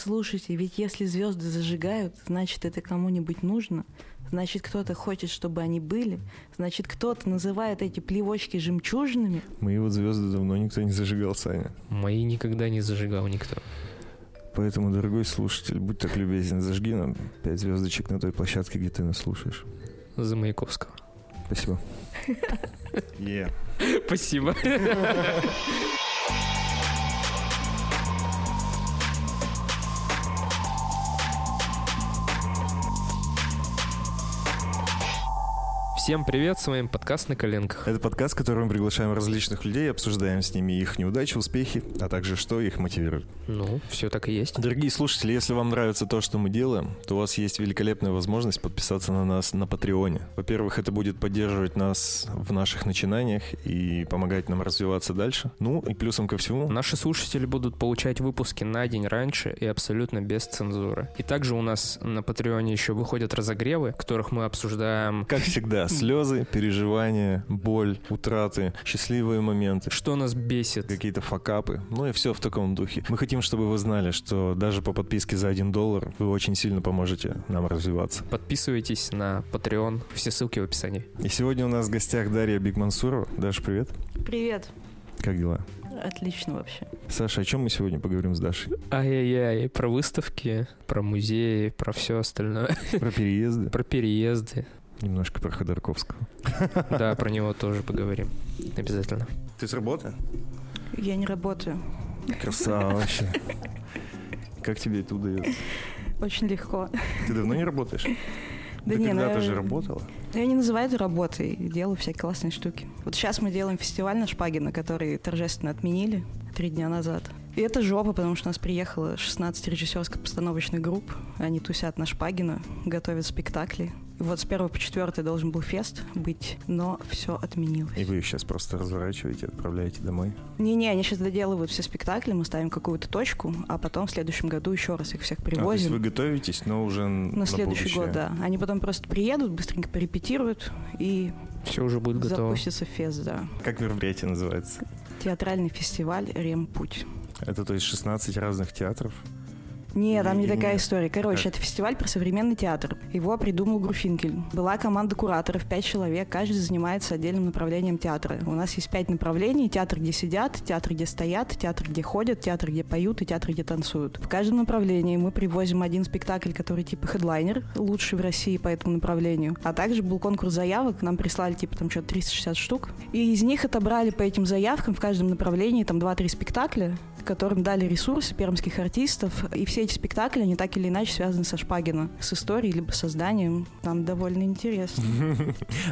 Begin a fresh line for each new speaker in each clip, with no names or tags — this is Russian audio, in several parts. Послушайте, ведь если звезды зажигают, значит это кому-нибудь нужно, значит кто-то хочет, чтобы они были, значит кто-то называет эти плевочки жемчужными.
Мои вот звезды давно никто не зажигал, Саня.
Мои никогда не зажигал никто.
Поэтому, дорогой слушатель, будь так любезен, зажги нам пять звездочек на той площадке, где ты нас слушаешь.
За Маяковского.
Спасибо. Yeah.
Спасибо. Всем привет, с вами подкаст «На коленках».
Это подкаст, в котором мы приглашаем различных людей, и обсуждаем с ними их неудачи, успехи, а также что их мотивирует.
Ну, все так и есть.
Дорогие слушатели, если вам нравится то, что мы делаем, то у вас есть великолепная возможность подписаться на нас на Патреоне. Во-первых, это будет поддерживать нас в наших начинаниях и помогать нам развиваться дальше. Ну, и плюсом ко всему...
Наши слушатели будут получать выпуски на день раньше и абсолютно без цензуры. И также у нас на Патреоне еще выходят разогревы, в которых мы обсуждаем...
Как всегда, слезы, переживания, боль, утраты, счастливые моменты.
Что нас бесит?
Какие-то факапы. Ну и все в таком духе. Мы хотим, чтобы вы знали, что даже по подписке за 1 доллар вы очень сильно поможете нам развиваться.
Подписывайтесь на Patreon. Все ссылки в описании.
И сегодня у нас в гостях Дарья Бигмансурова. Даша, привет.
Привет.
Как дела?
Отлично вообще.
Саша, о чем мы сегодня поговорим с Дашей?
Ай-яй-яй, про выставки, про музеи, про все остальное.
Про переезды.
Про переезды,
Немножко про Ходорковского.
Да, про него тоже поговорим. Обязательно.
Ты с работы?
Я не работаю.
Красава вообще. Как тебе это удается?
Очень легко.
Ты давно не работаешь?
Да
Ты
не, ну,
когда-то
я-
же работала.
Ну, Я не называю это работой, делаю всякие классные штуки. Вот сейчас мы делаем фестиваль на Шпагина, который торжественно отменили три дня назад. И это жопа, потому что у нас приехало 16 режиссерско-постановочных групп. Они тусят на Шпагина, готовят спектакли. Вот с 1 по 4 должен был фест быть, но все отменилось.
И вы ее сейчас просто разворачиваете, отправляете домой. А,
Не-не, они сейчас доделывают все спектакли, мы ставим какую-то точку, а потом в следующем году еще раз их всех
А, то есть
привозим.
вы готовитесь, но уже
На следующий
будущее.
год, да. Они потом просто приедут, быстренько порепетируют и
Все уже будет готово.
запустится фест, да.
Как мероприятие называется?
Театральный фестиваль «Ремпуть».
Это то есть 16 разных театров.
Нет, там не
Или
такая
нет?
история. Короче,
Как?
это фестиваль про современный театр. Его придумал Груфинкель. Была команда кураторов, пять человек, каждый занимается отдельным направлением театра. У нас есть пять направлений. Театр, где сидят, театр, где стоят, театр, где ходят, театр, где поют и театр, где танцуют. В каждом направлении мы привозим один спектакль, который типа хедлайнер, лучший в России по этому направлению. А также был конкурс заявок, нам прислали типа там что-то 360 штук. И из них отобрали по этим заявкам в каждом направлении там 2-3 спектакля, которым дали ресурсы пермских артистов. И все эти спектакли, они так или иначе связаны со Шпагина, с историей либо созданием. Там довольно интересно.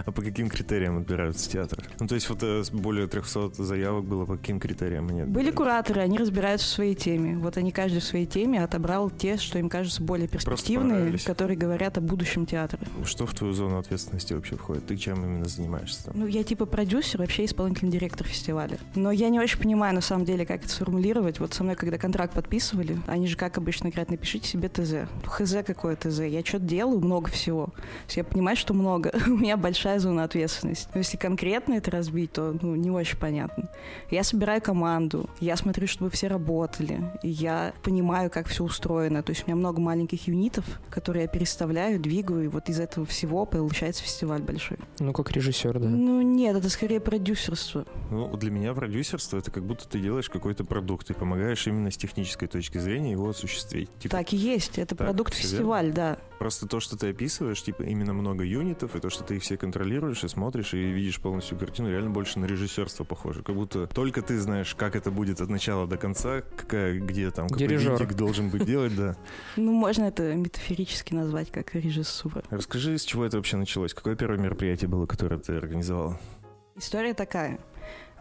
А по каким критериям отбираются театры? Ну, то есть вот э, более 300 заявок было, по каким критериям нет?
Были кураторы, они разбираются в своей теме. Вот они каждый в своей теме отобрал те, что им кажутся более перспективные,
понравились.
которые говорят о будущем театра.
Что в твою зону ответственности вообще входит? Ты чем именно занимаешься? там?
Ну, я типа продюсер, вообще исполнительный директор фестиваля. Но я не очень понимаю, на самом деле, как это сформулировать. Вот со мной, когда контракт подписывали, они же, как обычно, говорят, напишите себе ТЗ. ХЗ какое ТЗ? Я что-то делаю, много всего. То есть я понимаю, что много. У меня большая зона ответственности. Но если конкретно это разбить, то ну, не очень понятно. Я собираю команду, я смотрю, чтобы все работали, и я понимаю, как все устроено. То есть у меня много маленьких юнитов, которые я переставляю, двигаю, и вот из этого всего получается фестиваль большой.
Ну, как режиссер, да.
Ну нет, это скорее продюсерство.
Ну, для меня продюсерство — это как будто ты делаешь какой-то продукт и помогаешь именно с технической точки зрения его осуществить. Типа,
так и есть, это
так,
продукт
всё
фестиваль, да.
Просто то, что ты описываешь, типа, именно много юнитов, и то, что ты их все контролируешь и смотришь, и видишь полностью картину, реально больше на режиссерство похоже. Как будто только ты знаешь, как это будет от начала до конца, какая, где там, какой
Дирижёр.
винтик должен быть делать, да.
Ну можно это метафорически назвать как режиссура.
Расскажи, с чего это вообще началось? Какое первое мероприятие было, которое ты организовала?
История такая.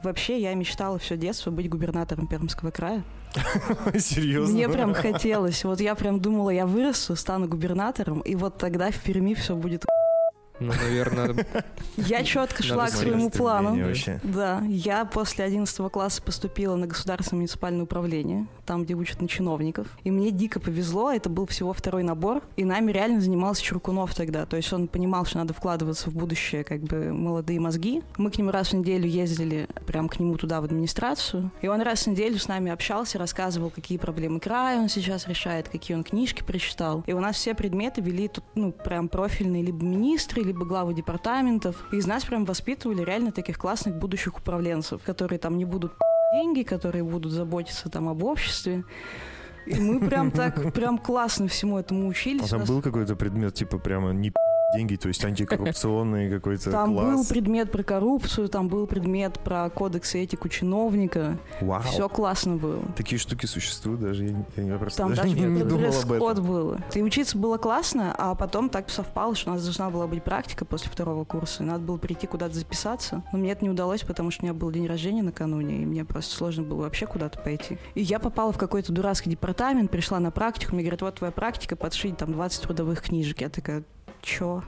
Вообще, я мечтала все детство быть губернатором Пермского края.
Серьезно?
Мне прям хотелось. Вот я прям думала, я вырасту, стану губернатором, и вот тогда в Перми все будет
Ну, наверное,
Я четко шла к
смотреть
своему плану.
Стремление вообще.
Да, я после 11 класса поступила на государственное муниципальное управление, там, где учат на чиновников. И мне дико повезло, это был всего второй набор, и нами реально занимался Чуркунов тогда. То есть он понимал, что надо вкладываться в будущее, как бы, молодые мозги. Мы к нему раз в неделю ездили прям к нему туда, в администрацию, и он раз в неделю с нами общался, рассказывал, какие проблемы края он сейчас решает, какие он книжки прочитал. И у нас все предметы вели тут, ну, прям профильные либо министры, либо главы департаментов. И из нас прям воспитывали реально таких классных будущих управленцев, которые там не будут деньги, которые будут заботиться там об обществе. И мы прям так, прям классно всему этому
А
учились.
там
Нас-
был какой-то предмет, типа прямо не деньги, то есть антикоррупционный какой-то
там был
класс.
предмет про коррупцию, там был предмет про кодекс и этику чиновника.
Вау.
Все классно было.
Такие штуки существуют даже, я, не- я просто
Там
даже
даже
не, не думал об
дресс-код
этом.
было. И учиться было классно, а потом так совпало, что у нас должна была быть практика после второго курса. И надо было прийти куда-то записаться. Но мне это не удалось, потому что у меня был день рождения накануне, и мне просто сложно было вообще куда-то пойти. И я попала в какой-то дурацкий департамент, пришла на практику, мне говорят, вот твоя практика, подшить там 20 трудовых книжек. Я такая, чё?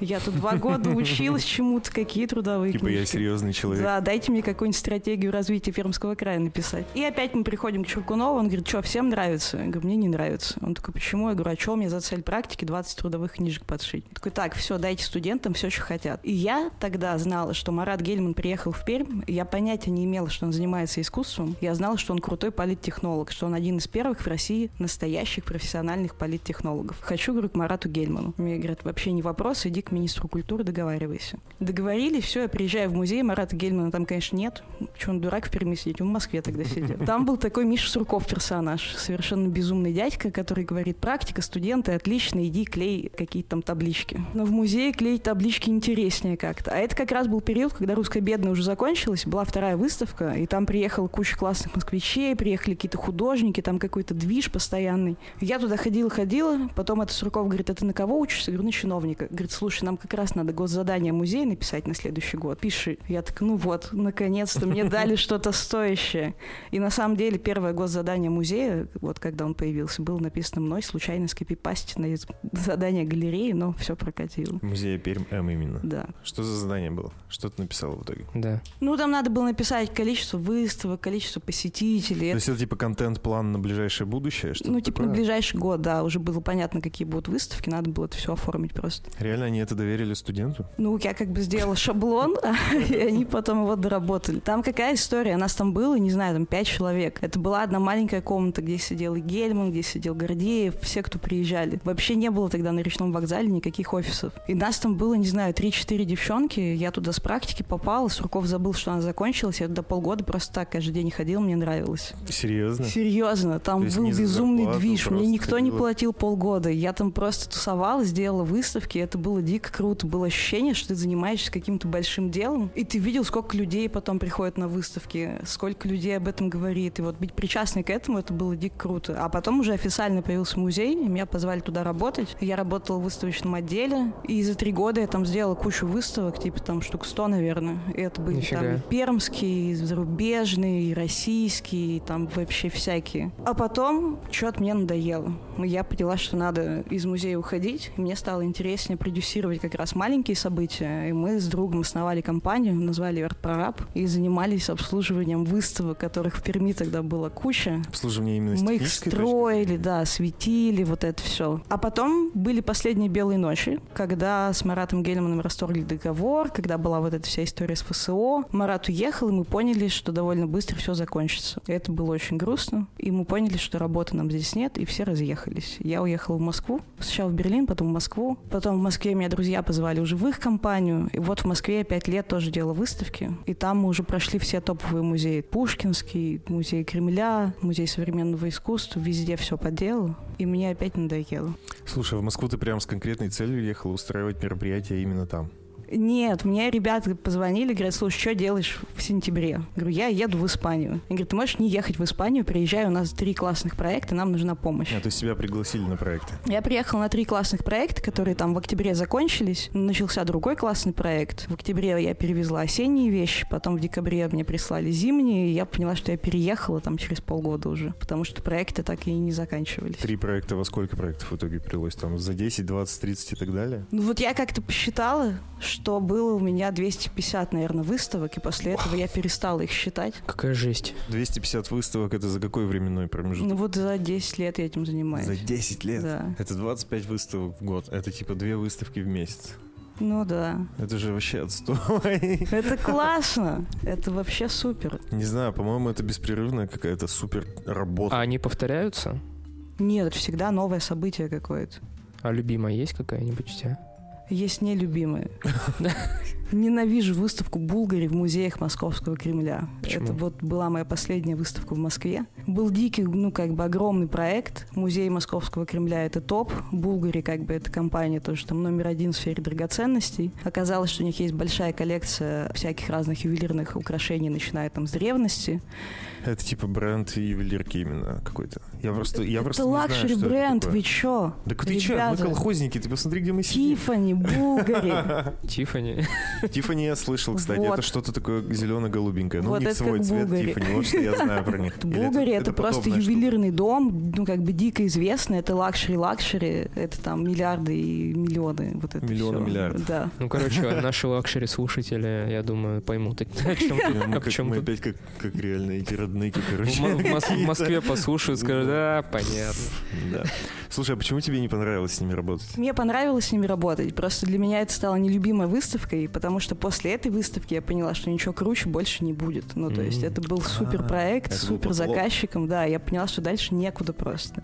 Я тут два года училась чему-то, какие трудовые
Типа я
книжки?
серьезный человек.
Да, дайте мне какую-нибудь стратегию развития фермского края написать. И опять мы приходим к Чуркунову, он говорит, что, всем нравится? Я говорю, мне не нравится. Он такой, почему? Я говорю, а что у меня за цель практики 20 трудовых книжек подшить? Он такой, так, все, дайте студентам все, что хотят. И я тогда знала, что Марат Гельман приехал в Пермь, я понятия не имела, что он занимается искусством, я знала, что он крутой политтехнолог, что он один из первых в России настоящих профессиональных политтехнологов. Хочу, говорю, к Марату Гельману. Мне говорят, вообще не вопрос, иди к министру культуры, договаривайся. Договорились, все, я приезжаю в музей, Марата Гельмана там, конечно, нет. Че он дурак в Перми сидит? Он в Москве тогда сидел. Там был такой Миша Сурков персонаж, совершенно безумный дядька, который говорит, практика, студенты, отлично, иди клей какие-то там таблички. Но в музее клеить таблички интереснее как-то. А это как раз был период, когда «Русская бедная» уже закончилась, была вторая выставка, и там приехала куча классных москвичей, приехали какие-то художники, там какой-то движ постоянный. Я туда ходила-ходила, потом это Сурков говорит, а ты на кого учишься? Я говорю, на чиновника. Говорит, слушай, нам как раз надо госзадание музея написать на следующий год. Пиши. Я так, ну вот, наконец-то мне дали что-то стоящее. И на самом деле первое госзадание музея, вот когда он появился, было написано мной случайно с на из- задание галереи, но все прокатило.
Музей Пермь М именно.
Да.
Что за задание было? Что ты написал в итоге?
да.
Ну, там надо было написать количество выставок, количество посетителей.
То есть это типа контент-план на ближайшее будущее? Что
ну, типа, на ближайший год, да, уже было понятно, какие будут выставки, надо было это все оформить просто.
Реально они это доверили студенту?
Ну, я как бы сделала шаблон, и они потом его доработали. Там какая история? Нас там было, не знаю, там пять человек. Это была одна маленькая комната, где сидел и Гельман, где сидел Гордеев, все, кто приезжали. Вообще не было тогда на речном вокзале никаких офисов. И нас там было, не знаю, 3-4 девчонки. Я туда с практики попала, Сурков забыл, что она закончилась. Я туда полгода просто так каждый день ходил, мне нравилось.
Серьезно?
Серьезно, там
То есть
был
не за
безумный
зарплату,
движ. Мне
просто
никто не
ходила?
платил полгода. Я там просто тусовалась, делала выставки. Это было дико круто. Было ощущение, что ты занимаешься каким-то большим делом. И ты видел, сколько людей потом приходит на выставки, сколько людей об этом говорит. И вот быть причастной к этому, это было дико круто. А потом уже официально появился музей, и меня позвали туда работать. Я работала в выставочном отделе. И за три года я там сделала кучу выставок, типа там штук 100, наверное. И это были
Нифига.
там и пермские, и зарубежные, и российские, и там вообще всякие. А потом что-то мне надоело. Я поняла, что надо из музея уходить. И мне стало интереснее продюсировать как раз маленькие события. И мы с другом основали компанию, назвали ее «Арт-прораб», и занимались обслуживанием выставок, которых в Перми тогда была куча.
Обслуживание именно с
Мы их
технической точки
строили,
зрения?
да, светили, вот это все. А потом были последние белые ночи, когда с Маратом Гельманом расторгли договор, когда была вот эта вся история с ФСО. Марат уехал, и мы поняли, что довольно быстро все закончится. И Это было очень грустно. И мы поняли, что работы нам здесь нет, и все разъехались. Я уехала в Москву, сначала в Берлин, потом в Москву. Потом в Москве меня друзья позвали уже в их компанию. И вот в Москве я пять лет тоже делала выставки. И там мы уже прошли все топовые музеи. Пушкинский, музей Кремля, музей современного искусства. Везде все поделала. И мне опять надоело.
Слушай, в Москву ты прям с конкретной целью ехала устраивать мероприятия именно там.
Нет, мне ребята позвонили, говорят, слушай, что делаешь в сентябре? Говорю, я еду в Испанию. Они говорят, ты можешь не ехать в Испанию, приезжай, у нас три классных проекта, нам нужна помощь.
А, то есть тебя пригласили на проекты.
Я приехала на три классных проекта, которые там в октябре закончились. Начался другой классный проект. В октябре я перевезла осенние вещи, потом в декабре мне прислали зимние, и я поняла, что я переехала там через полгода уже, потому что проекты так и не заканчивались.
Три проекта во сколько проектов в итоге прилось? Там за 10, 20, 30 и так далее?
Ну вот я как-то посчитала, что было у меня 250, наверное, выставок, и после этого я перестала их считать.
Какая жесть.
250 выставок это за какой временной промежуток?
Ну вот за 10 лет я этим занимаюсь.
За 10 лет?
Да.
Это 25 выставок в год. Это типа две выставки в месяц.
Ну да.
Это же вообще отстой.
Это классно. Это вообще супер.
Не знаю, по-моему, это беспрерывная какая-то супер работа.
А они повторяются?
Нет, всегда новое событие какое-то.
А любимая есть какая-нибудь у тебя?
Есть нелюбимые. Ненавижу выставку Булгари в музеях Московского Кремля.
Почему?
Это вот была моя последняя выставка в Москве. Был дикий, ну, как бы огромный проект. Музей Московского Кремля — это топ. Булгари, как бы, это компания тоже там номер один в сфере драгоценностей. Оказалось, что у них есть большая коллекция всяких разных ювелирных украшений, начиная там с древности.
Это типа бренд ювелирки именно какой-то. Я просто, я просто
это
не знаю,
лакшери
что это
бренд,
такое.
вы чё?
Так ты че, мы
Ребята.
колхозники, ты посмотри, где мы сидим.
Тиффани, Булгари.
Тиффани.
Тиффани я слышал, кстати,
Вот.
это что-то такое зелено-голубенькое. Ну, у
Вот
них
это
свой
как
цвет
Булгари.
Тиффани, вот что я знаю про них. Или
Булгари это, просто
подобная штука?
ювелирный дом, ну как бы дико известный, это лакшери-лакшери, это там миллиарды и миллионы вот это
Миллионы,
всё.
миллиарды.
Да.
Ну, короче, наши лакшери-слушатели, я думаю, поймут, о чем
Блин,
А
Мы,
тут- о
как,
чем
мы
тут.
опять как, как реальные эти родныки,
В
короче.
Мо- в Мос- в
какие-то.
Москве послушают, скажут, да, понятно.
Да. Слушай, а почему тебе не понравилось с ними работать?
Мне понравилось с ними работать, просто для меня это стало нелюбимой выставкой, потому что после этой выставки я поняла, что ничего круче больше не будет. Ну то есть
Мгм.
это был супер проект,
это
супер
был
заказчиком, да, я поняла, что дальше некуда просто.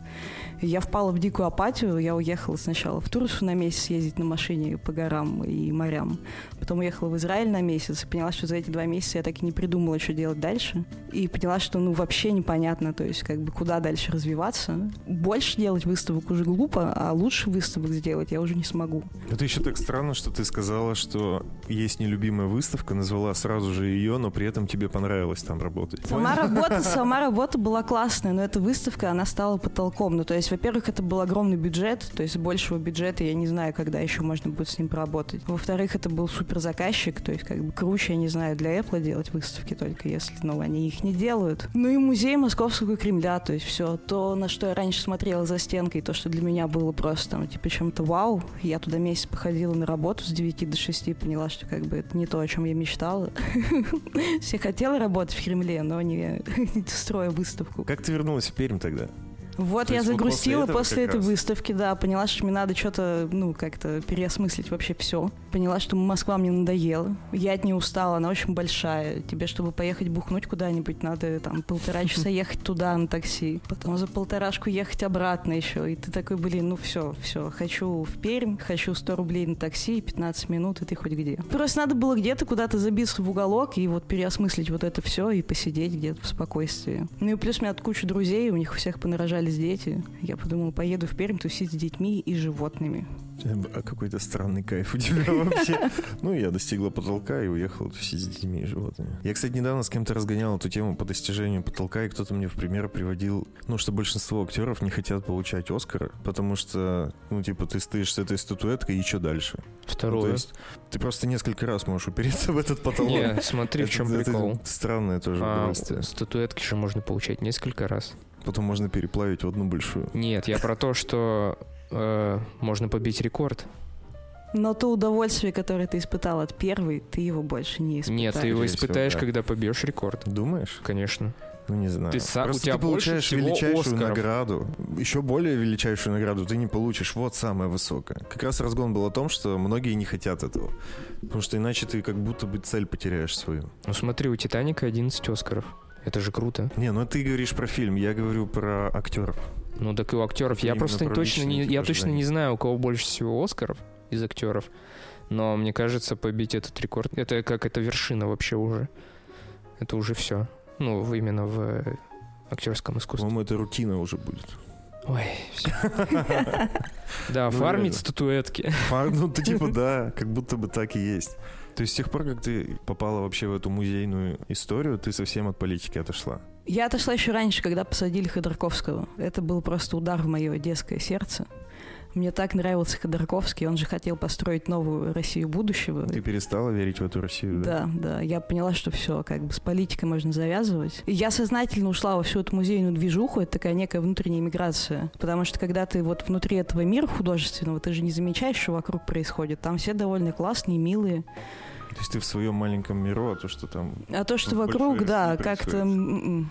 И Я впала в дикую апатию, я уехала сначала в Турцию на месяц ездить на машине по горам и морям, Потом уехала в Израиль на месяц и поняла, что за эти два месяца я так и не придумала, что делать дальше. И поняла, что ну вообще непонятно, то есть как бы куда дальше развиваться. Больше делать выставок уже глупо, а лучше выставок сделать я уже не смогу.
Это еще так странно, что ты сказала, что есть нелюбимая выставка, назвала сразу же ее, но при этом тебе понравилось там работать.
Сама работа, сама работа была классная, но эта выставка, она стала потолком. Ну, то есть, во-первых, это был огромный бюджет, то есть большего бюджета я не знаю, когда еще можно будет с ним поработать. Во-вторых, это был супер заказчик, то есть как бы круче, я не знаю, для Apple делать выставки только, если, ну, они их не делают. Ну и музей Московского Кремля, то есть все то, на что я раньше смотрела за стенкой, то, что для меня было просто там, типа, чем-то вау. Я туда месяц походила на работу с 9 до 6 и поняла, что как бы это не то, о чем я мечтала. Я хотела работать в Кремле, но не строя выставку.
Как ты вернулась в Пермь тогда?
Вот
То
я
есть вот
загрустила
после этого
после
как
этой
раз?
выставки, да, поняла, что мне надо что-то, ну, как-то переосмыслить вообще все. Поняла, что Москва мне надоела, я от нее устала, она очень большая. Тебе, чтобы поехать бухнуть куда-нибудь, надо там полтора часа ехать туда на такси, потом за полторашку ехать обратно еще. И ты такой, блин, ну все, все, хочу в Пермь, хочу 100 рублей на такси, 15 минут, и ты хоть где. Просто надо было где-то куда-то забиться в уголок и вот переосмыслить вот это все и посидеть где-то в спокойствии. Ну и плюс у меня от куча друзей, у них у всех понарожались дети. Я подумала, поеду в Пермь тусить с детьми и животными.
Эм, а Какой-то странный кайф у тебя вообще. Ну, я достигла потолка и уехала тусить с детьми и животными. Я, кстати, недавно с кем-то разгонял эту тему по достижению потолка, и кто-то мне в пример приводил, ну, что большинство актеров не хотят получать Оскара, потому что, ну, типа, ты стоишь с этой статуэткой, и что дальше? Ну, То
Второе.
есть ты просто несколько раз можешь упереться в этот потолок.
Не, смотри, в
Это-
чем
это
прикол.
Странное тоже
А,
удовольствие.
статуэтки же можно получать несколько раз.
Потом можно переплавить в одну большую.
Нет, я про то, что э, можно побить рекорд.
Но то удовольствие, которое ты испытал от первой, ты его больше не испытаешь.
Нет, ты его
Скорее всего,
испытаешь,
да.
когда побьешь рекорд.
Думаешь?
Конечно.
Ну, не знаю.
Ты сам-
Просто
у тебя
ты получаешь
больше всего
величайшую
Оскаров.
награду. Еще более величайшую награду ты не получишь. Вот самая высокая. Как раз разгон был о том, что многие не хотят этого. Потому что иначе ты как будто бы цель потеряешь свою.
Ну смотри, у Титаника 11 Оскаров. Это же круто.
Не, ну ты говоришь про фильм, я говорю про актеров.
Ну так и у актеров. Я
Именно
просто
про
точно не,
личные
я
типажи,
точно
да.
не знаю, у кого больше всего Оскаров из актеров. Но мне кажется, побить этот рекорд, это как это вершина вообще уже. Это уже все. Ну, в- именно в э, актерском искусстве.
По-моему, это рутина уже будет.
Ой, все. Да,
Ну,
фармить
реально.
статуэтки.
Фар- Ну, ты типа да, как будто бы так и есть. То есть с тех пор, как ты попала вообще в эту музейную историю, ты совсем от политики отошла.
Я отошла еще раньше, когда посадили Ходорковского. Это был просто удар в мое детское сердце. Мне так нравился Ходорковский, он же хотел построить новую Россию будущего.
Ты перестала верить в эту Россию, да?
Да, да, я поняла, что все, как бы с политикой можно завязывать. И я сознательно ушла во всю эту музейную движуху, это такая некая внутренняя миграция. Потому что когда ты вот внутри этого мира художественного, ты же не замечаешь, что вокруг происходит. Там все довольно классные, милые.
То есть ты в своем маленьком миру, а то, что там...
А то, что
Ну, большой
вокруг,
России
да,
происходит.
как-то... м-м-м. м, м.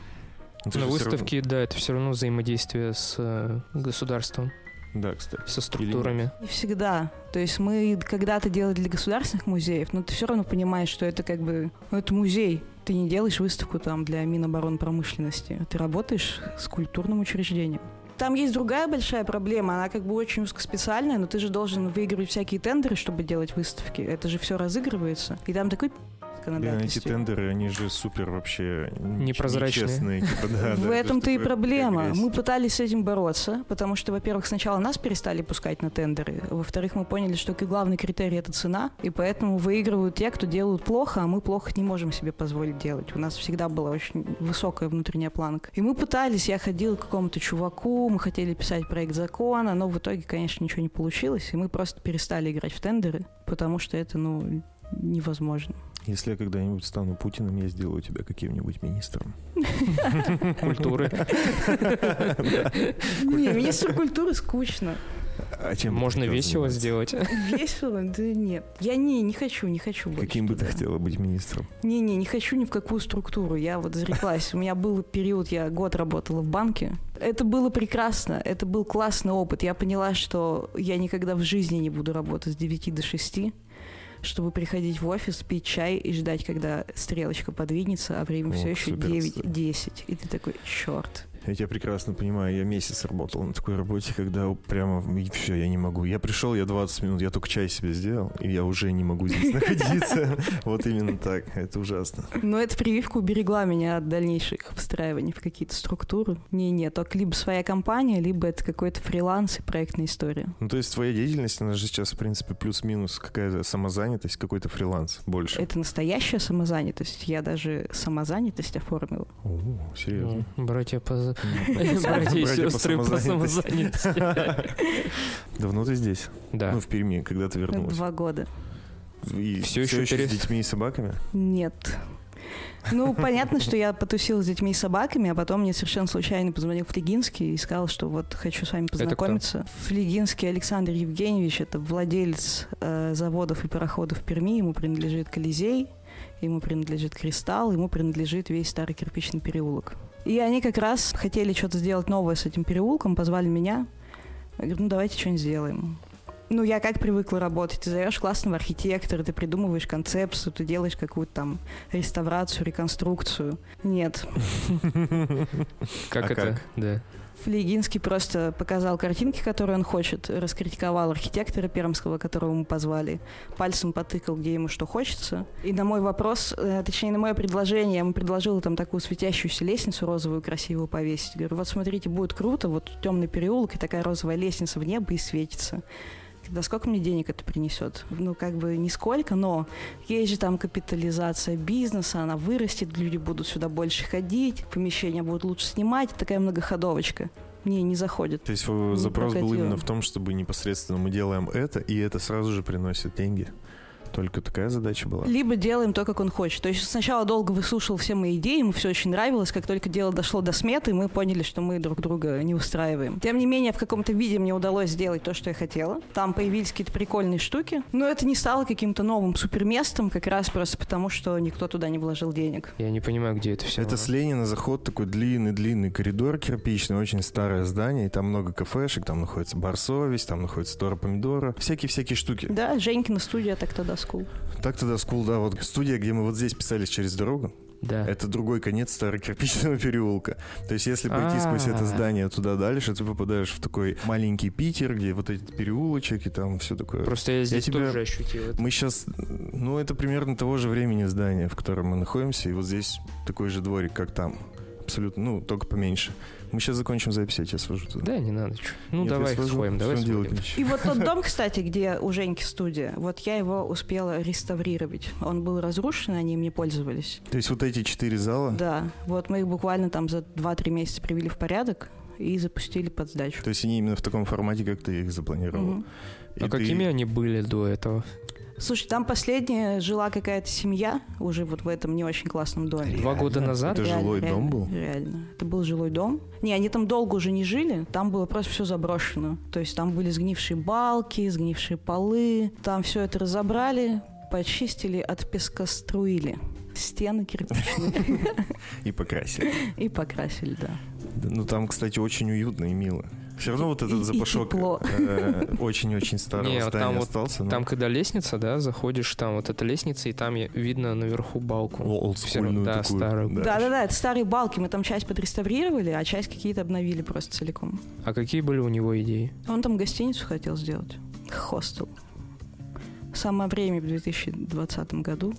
Ну, ты же
На
всё равно-
выставке, да, это все равно взаимодействие с э, государством,
Да, кстати.
со структурами.
Не всегда. То есть мы когда-то делали для государственных музеев, но ты все равно понимаешь, что это как бы... Ну, это музей. Ты не делаешь выставку там для Миноборонпромышленности. Ты работаешь с культурным учреждением. Там есть другая большая проблема, она как бы очень узкоспециальная, но ты же должен выигрывать всякие тендеры, чтобы делать выставки. Это же все разыгрывается. И там такой пи***
Блин, эти
законодательство.
тендеры, они же супер вообще... н-
Непрозрачные.
нечестные, типа, да,
В
да,
этом-то
же
и
такое,
проблема.
как грязь.
Мы пытались с этим бороться, потому что, во-первых, сначала нас перестали пускать на тендеры, во-вторых, мы поняли, что к- главный критерий это цена, и поэтому выигрывают те, кто делают плохо, а мы плохо не можем себе позволить делать. У нас всегда была очень высокая внутренняя планка. И мы пытались, я ходила к какому-то чуваку, мы хотели писать проект закона, но в итоге, конечно, ничего не получилось, и мы просто перестали играть в тендеры, потому что это, ну, невозможно.
Если я когда-нибудь стану Путиным, я сделаю тебя каким-нибудь министром.
Культуры.
Не, министр культуры скучно.
А чем бы ты
Можно
хотела
весело
заниматься?
сделать.
Весело? Да нет. Я не, не хочу, не хочу больше.
Каким бы ты
туда.
хотела быть министром?
Не-не, не хочу ни в какую структуру. Я вот зареклась. У меня был период, я год работала в банке. Это было прекрасно, это был классный опыт. Я поняла, что я никогда в жизни не буду работать с 9 до 6 чтобы приходить в офис, пить чай и ждать, когда стрелочка подвинется, а время
О,
все еще
супер,
9-10. И ты такой, черт.
Я тебя прекрасно понимаю, я месяц работал на такой работе, когда прямо все, я не могу. Я пришел, я 20 минут, я только чай себе сделал, и я уже не могу здесь находиться. Вот именно так, это ужасно.
Но эта прививка уберегла меня от дальнейших встраиваний в какие-то структуры. Не-не, только либо своя компания, либо это какой-то фриланс и проектная история.
Ну, то есть твоя деятельность, она же сейчас, в принципе, плюс-минус какая-то самозанятость, какой-то фриланс больше.
Это настоящая самозанятость. Я даже самозанятость оформила.
О, серьезно.
Ну, Братья по...
Братья
Братья и
по
сестры по
самозанятости.
самозанятости.
Давно ты здесь?
Да.
Ну, в Перми, когда ты вернулась?
Два года.
И
Всё
все,
ещё
еще
пере-
с детьми и собаками?
Нет. Ну, понятно, что я потусила с детьми и собаками, а потом мне совершенно случайно позвонил Флегинский и сказал, что вот хочу с вами
кто?
познакомиться. Флегинский Александр Евгеньевич — это владелец э, заводов и пароходов Перми, ему принадлежит Колизей, ему принадлежит Кристалл, ему принадлежит весь старый кирпичный переулок. И они как раз хотели что-то сделать новое с этим переулком, позвали меня. Я говорю, ну давайте что-нибудь сделаем. Ну, я как привыкла работать. Ты зовешь классного архитектора, ты придумываешь концепцию, ты делаешь какую-то там реставрацию, реконструкцию. Нет.
Как
А
это?
как?
Да.
Флегинский просто показал картинки, которые он хочет, раскритиковал архитектора пермского, которого мы позвали, пальцем потыкал, где ему что хочется. И на мой вопрос, э, точнее, на мое предложение, я ему предложила там такую светящуюся лестницу розовую красивую повесить. Говорю, вот смотрите, будет круто, вот темный переулок, и такая розовая лестница в небо и светится. Да сколько мне денег это принесет? Ну, как бы нисколько, но есть же там капитализация бизнеса, она вырастет, люди будут сюда больше ходить, помещения будут лучше снимать, такая многоходовочка. Мне не заходит.
То есть э,
Не
запрос был
прокатило.
именно в том, чтобы непосредственно мы делаем это, и это сразу же приносит деньги. Только такая задача была.
Либо делаем то, как он хочет. То есть сначала долго выслушал все мои идеи, ему все очень нравилось. Как только дело дошло до сметы, мы поняли, что мы друг друга не устраиваем. Тем не менее, в каком-то виде мне удалось сделать то, что я хотела. Там появились какие-то прикольные штуки. Но это не стало каким-то новым суперместом, как раз просто потому, что никто туда не вложил денег.
Я не понимаю, где это все.
Это с Ленина заход такой длинный-длинный коридор кирпичный, очень старое здание, и там много кафешек, там находится бар «Совесть», там находится Тора Помидора, всякие-всякие штуки.
Да, Женькина студия так тогда скул.
Так тогда скул, да, вот студия, где мы вот здесь писались через дорогу,
Да.
это другой конец старокирпичного переулка. То есть если пойти сквозь это
А.
здание туда дальше, ты попадаешь в такой маленький Питер, где вот этот переулочек и там все такое.
Просто я здесь
тебя-
тоже ощутил это.
Мы сейчас, ну, это примерно того же времени здания, в котором мы находимся, и вот здесь такой же дворик, как там. абсолютно, ну, только поменьше. Мы сейчас закончим запись, я тебя свожу туда.
Да, не надо. чё. Ну,
Нет, я
давай
свожу.
сходим, давай
Всё,
сходим.
делать нечего.
И вот тот дом, кстати, где у Женьки студия, вот я его успела реставрировать. Он был разрушен, они им не пользовались.
То есть вот эти четыре зала,
Да, вот мы их буквально там за 2-3 месяца привели в порядок и запустили под сдачу.
то есть они именно в таком формате, как ты их запланировал.
Мгм.
И
А
ты-
какими они были до этого?
Слушай, там последняя жила какая-то семья уже вот в этом не очень классном доме.
Два года назад?
Это жилой дом был?
Реально. Это был жилой дом. Не, они там долго уже не жили, там было просто все заброшено. То есть там были сгнившие балки, сгнившие полы. Там все это разобрали, почистили, от песка струили. Стены кирпичные
И покрасили.
и покрасили, да.
Да, Ну там, кстати, очень уютно и мило. Все равно вот
И-
этот
и
запашок
тепло.
э, очень-очень
Не,
старого
вот там
здания
вот-
остался. но-
Там, когда лестница, да, заходишь, там вот эта лестница, и там я- видно наверху балку.
О,
Всё равно,
олдскульную
да,
такую.
старую.
Да, да, да, это старые балки. Мы там часть подреставрировали, а часть какие-то обновили просто целиком.
А какие были у него идеи?
Он там гостиницу хотел сделать. Хостел. Самое время в 2020 году.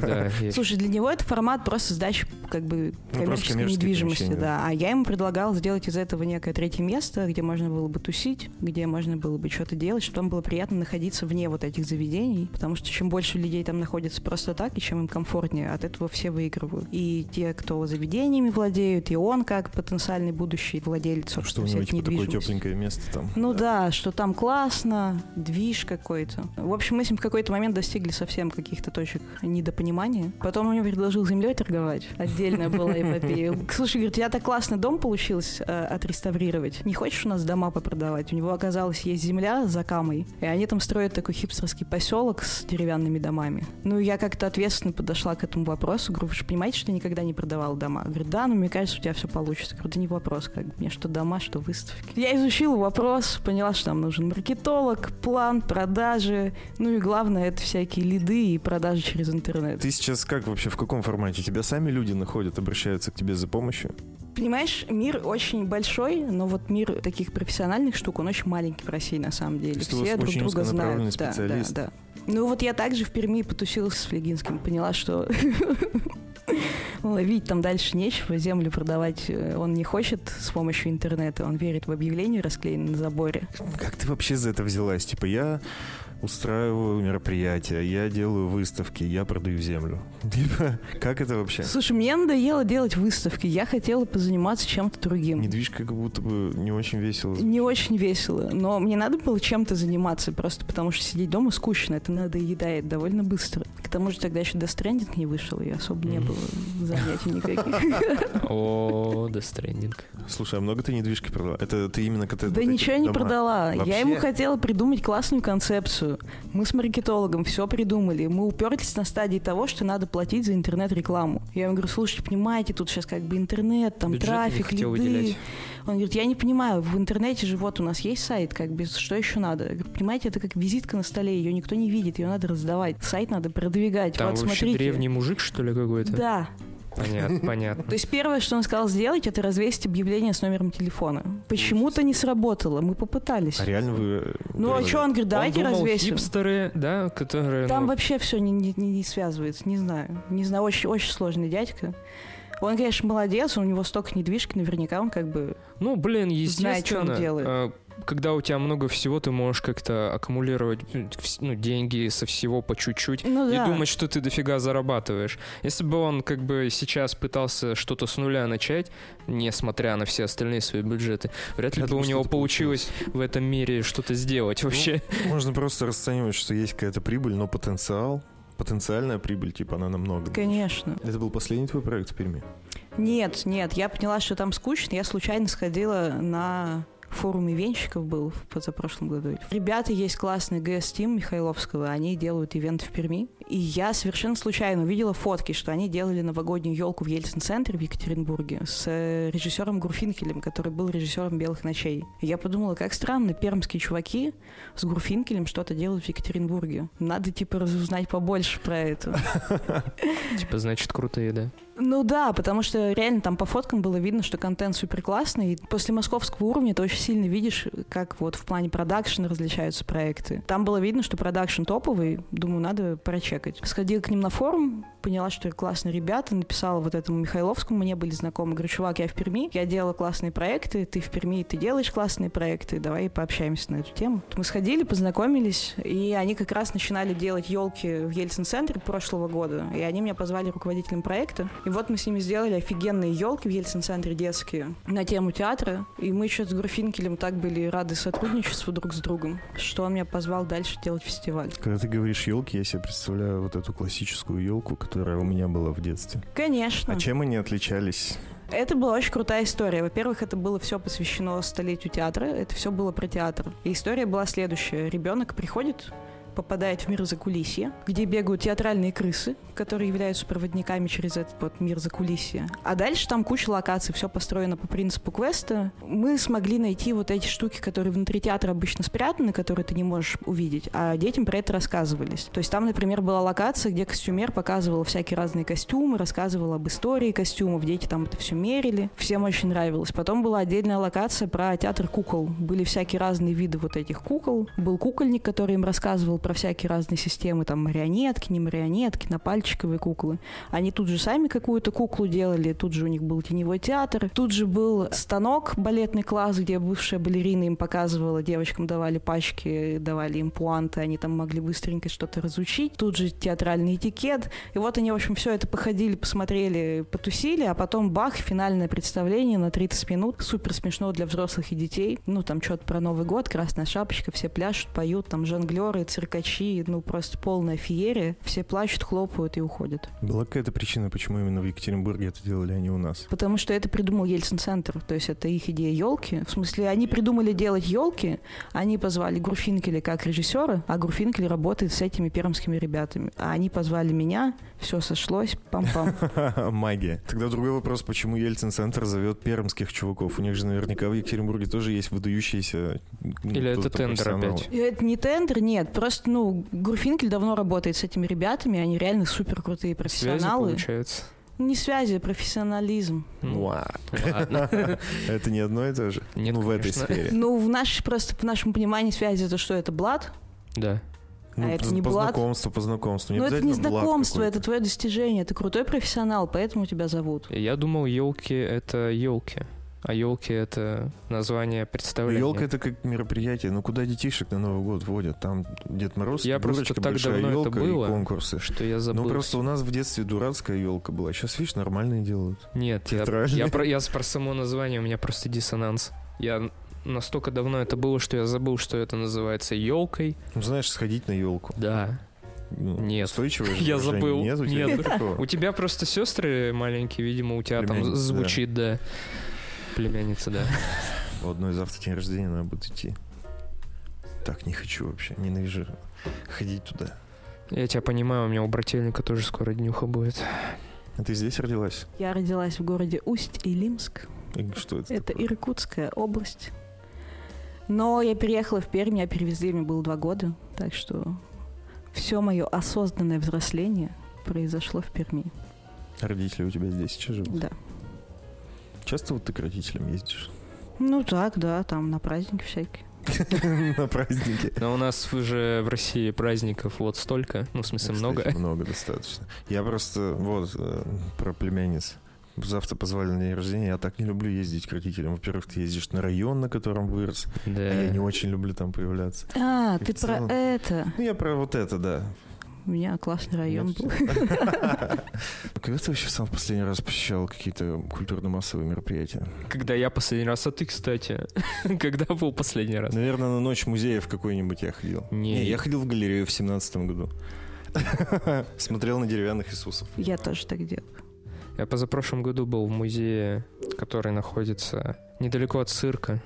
Да, я-
Слушай, для него это формат просто сдачи как бы
Ну, просто
коммерческой
коммерческие
недвижимости,
помещения,
да. А я ему предлагала сделать из этого некое третье место, где можно было бы тусить, где можно было бы что-то делать, чтобы там было приятно находиться вне вот этих заведений, потому что чем больше людей там находится просто так, и чем им комфортнее, от этого все выигрывают. И те, кто заведениями владеют, и он как потенциальный будущий владелец,
Что
собственно,
у
всей
него
этой
типа такое
недвижимости.
тепленькое место там.
Ну да. что там классно, движ какой-то. В общем, мы с ним в какой-то момент достигли совсем каких-то точек недопонимания. Потом он мне предложил землей торговать. Отдельная была эпопея. Слушай, говорит, у тебя так классно дом получилось э, отреставрировать. Не хочешь у нас дома попродавать? У него оказалось есть земля за Камой, и они там строят такой хипстерский поселок с деревянными домами. Ну, я как-то ответственно подошла к этому вопросу. Говорю, вы же понимаете, что я никогда не продавала дома? Говорит, да, но мне кажется, у тебя все получится. Говорю, да не вопрос, как бы. мне что дома, что выставки. Я изучила вопрос, поняла, что нам нужен маркетолог, план, продажи. Ну и главное, это всякие лиды и продажи через интернет.
Ты сейчас как вообще, в каком формате? Тебя сами люди находят, обращаются к тебе за помощью?
Понимаешь, мир очень большой, но вот мир таких профессиональных штук, он очень маленький в России на самом деле.
То есть у вас
Все друг
очень
друга
узконаправленный
знают. Да, да,
специалист.
да. Ну вот я также в Перми потусилась с Флегинским, поняла, что ловить там дальше нечего, землю продавать э, он не хочет с помощью интернета, он верит в объявление, расклеенное на заборе.
Как ты вообще за это взялась? Типа я устраиваю мероприятия, я делаю выставки, я продаю землю. Типа, как это вообще?
Слушай, мне надоело делать выставки, я хотела позаниматься чем-то другим.
Недвижка как будто бы не очень весело.
Не очень весело, но мне надо было чем-то заниматься, просто потому что сидеть дома скучно, это надо надоедает довольно быстро. К тому же тогда еще Дестрендинг не вышел, и особо не
Мгм.
было занятий никаких.
О, да, стрендинг.
Слушай, а много ты недвижки продала? Это ты именно когда
Да ничего не продала.
Вообще?
Я ему хотела придумать классную концепцию. Мы с маркетологом все придумали. Мы уперлись на стадии того, что надо платить за интернет-рекламу. Я ему говорю, слушайте, понимаете, тут сейчас как бы интернет, там
Бюджет не
трафик,
хотел
лиды».
выделять.
Он говорит, я не понимаю, в интернете же вот у нас есть сайт, как бы что еще надо? Я говорю, понимаете, это как визитка на столе, ее никто не видит, ее надо раздавать, сайт надо продвигать.
Там
вот
вообще
смотрите.
древний мужик, что ли, какой-то?
Да.
Понятно, понятно.
То есть первое, что он сказал сделать, это развесить объявление с номером телефона. Почему-то не сработало, мы попытались.
А реально вы... э,
Ну а
продали?
что, он говорит, давайте
Он думал,
развесим.
хипстеры, да, которые...
Там
ну,
вообще все не, не- не- не связывается, не знаю. Не знаю, очень, очень сложный дядька. Он, конечно, молодец, у него столько недвижки, наверняка он как бы...
Ну, блин, естественно.
Знает, чё он делает.
э, Когда у тебя много всего, ты можешь как-то аккумулировать ну, вс- ну, деньги со всего по чуть-чуть.
Ну да.
И думать, что ты дофига зарабатываешь. Если бы он как бы сейчас пытался что-то с нуля начать, несмотря на все остальные свои бюджеты, вряд ли
Я
бы
думаю,
у него
что-то
получилось Ну, в этом мире что-то сделать вообще.
Можно просто расценивать, что есть какая-то прибыль, но потенциал, потенциальная прибыль, типа она намного.
Конечно.
Это был последний твой проект в Перми?
Нет, нет, я поняла, что там скучно. Я случайно сходила на форум ивенщиков был в позапрошлом году. Ребята есть классный ГС Тим Михайловского, они делают ивент в Перми. И я совершенно случайно увидела фотки, что они делали новогоднюю елку в Ельцин-центре в Екатеринбурге с э, режиссером Гурфинкелем, который был режиссером «Белых ночей». И я подумала, как странно, пермские чуваки с Гурфинкелем что-то делают в Екатеринбурге. Надо, типа, разузнать побольше про это.
Типа, значит, крутые, да.
Ну да, потому что реально там по фоткам было видно, что контент супер классный. И после московского уровня ты очень сильно видишь, как вот в плане продакшн различаются проекты. Там было видно, что продакшн топовый. Думаю, надо прочекать. Сходила к ним на форум, поняла, что классные ребята, написала вот этому Михайловскому, мне были знакомы. Говорю, чувак, я в Перми, я делала классные проекты, ты в Перми, ты делаешь классные проекты, давай пообщаемся на эту тему. Вот Мы сходили, познакомились, и они как раз начинали делать елки в Ельцин-центре прошлого года. И они меня позвали руководителем проекта. И вот мы с ними сделали офигенные елки в Ельцин-центре детские на тему театра. И мы еще с Груфинкелем так были рады сотрудничеству друг с другом, что он меня позвал дальше делать фестиваль.
Когда ты говоришь елки, я себе представляю вот эту классическую елку, которая у меня была в детстве.
Конечно.
А чем они отличались?
Это была очень крутая история. Во-первых, это было все посвящено столетию театра, это все было про театр. И история была следующая. Ребенок приходит, попадает в мир закулисья, где бегают театральные крысы, которые являются проводниками через этот вот мир закулисья. А дальше там куча локаций, все построено по принципу квеста. Мы смогли найти вот эти штуки, которые внутри театра обычно спрятаны, которые ты не можешь увидеть, а детям про это рассказывались. То есть там, например, была локация, где костюмер показывал всякие разные костюмы, рассказывал об истории костюмов, дети там это все мерили, всем очень нравилось. Потом была отдельная локация про театр кукол. Были всякие разные виды вот этих кукол. Был кукольник, который им рассказывал про всякие разные системы, там марионетки, не марионетки, на пальчиковые куклы. Они тут же сами какую-то куклу делали, тут же у них был теневой театр, тут же был станок, балетный класс, где бывшая балерина им показывала, девочкам давали пачки, давали им пуанты, они там могли быстренько что-то разучить, тут же театральный этикет. И вот они, в общем, все это походили, посмотрели, потусили, а потом бах, финальное представление на 30 минут, супер смешно для взрослых и детей. Ну, там что-то про Новый год, красная шапочка, все пляшут, поют, там жонглеры, циркачи, ну, просто полная феерия. Все плачут, хлопают и уходят.
Была какая-то причина, почему именно в Екатеринбурге это делали, а не у нас?
Потому что это придумал Ельцин-центр, то есть это их идея елки. В смысле, они придумали делать елки, они позвали Гурфинкеля как режиссера, а Гурфинкель работает с этими пермскими ребятами. А они позвали меня, все сошлось, пам-пам.
Магия. Тогда другой вопрос, почему Ельцин-центр зовет пермских чуваков? У них же наверняка в Екатеринбурге тоже есть выдающиеся... ну,
Или это
кто-то
тендер
профессионал.
опять?
И Это не тендер, нет, просто, ну, Гурфинкель давно работает с этими ребятами, они реально супер крутые
Связи,
профессионалы.
получается.
Не связи, а профессионализм.
Ну,
Уа.
ладно.
Это не одно и то же?
Нет,
Ну, в этой
конечно.
сфере.
Ну, в нашей, просто в нашем понимании связи это что? Это блат,
Да.
Ну,
А это
по-
не
по
блат.
знакомству, по знакомству.
Ну, это не
обязательно блат
знакомство,
какой-то.
это твое достижение. Ты крутой профессионал, поэтому тебя зовут.
Я думал, елки это елки. А елки это название представления.
Елка это как мероприятие. Ну куда детишек на Новый год водят? Там Дед Мороз,
Я просто
Снегурочка,
так
большая
давно это
елка
было.
и конкурсы.
Что я забыл.
Ну просто у нас в детстве дурацкая елка была. Сейчас, видишь, нормальные делают.
Нет, я,
Театральный.
я про, я с- про само название, у меня просто диссонанс. Я настолько давно это было, что я забыл, что это называется елкой.
Ну знаешь, сходить на елку.
Да. Нет.
Устойчивое же выражение.
Я забыл.
Нет, у тебя
Нет.
нет такого?
У тебя просто сестры маленькие, видимо, у тебя там
Племянница,
звучит, да. Племянница, да.
У одной ну завтра день рождения надо будет идти. Так не хочу вообще. Ненавижу ходить туда.
Я тебя понимаю, у меня у брательника тоже скоро днюха будет.
А ты здесь родилась?
Я родилась в городе Усть-Илимск.
И Что это?
Это Иркутская область. Но я переехала в Пермь, меня перевезли, мне было два года. Так что все мое осознанное взросление произошло в Перми.
Родители у тебя здесь сейчас живут?
Да.
Часто вот ты к родителям ездишь?
Ну так, да, там на праздники всякие.
На праздники.
Но у нас уже в России праздников вот столько, ну, в смысле,
Кстати,
много.
Много достаточно. Я просто вот э, про племянниц. Завтра позвали на день рождения. Я так не люблю ездить к родителям. Во-первых, ты ездишь на район, на котором вырос. А я не
Да.
очень люблю там появляться.
А,
И
ты
в
про
целом-
это.
Ну, я про вот это, да.
У меня классный район
Нет,
был.
А Когда ты вообще сам в последний раз посещал какие-то культурно-массовые мероприятия?
Когда я последний раз, а ты, кстати, когда был последний раз?
Наверное, на ночь музеев какой-нибудь я ходил.
Не.
я ходил в галерею в семнадцатом году. Смотрел на деревянных Иисусов.
Я тоже так делаю.
Я позапрошлом году был в музее, который находится недалеко от цирка.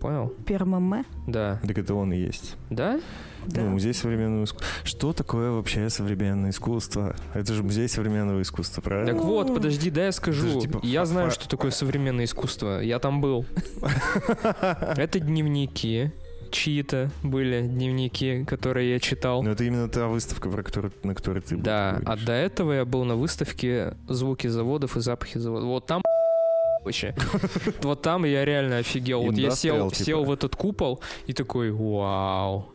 Понял?
Пермаме?
Да.
Так это он и есть.
Да?
Да.
Ну, музей современного искусства. Что такое вообще современное искусство? Это же музей современного искусства,
Так
правильно?
вот, подожди, да я скажу.
Это же типа
Я
фа-
знаю,
фа-
что такое современное искусство. Я там был. Это дневники чьи-то были дневники, которые я читал.
Но Ну, это именно та выставка, про которую, на которой ты был. ты
Да, а
говоришь.
до этого я был на выставке «Звуки заводов и запахи заводов». Вот там вообще. Вот там я реально офигел. Вот я сел,
Industrial, типа.
сел в этот купол и такой «Вау».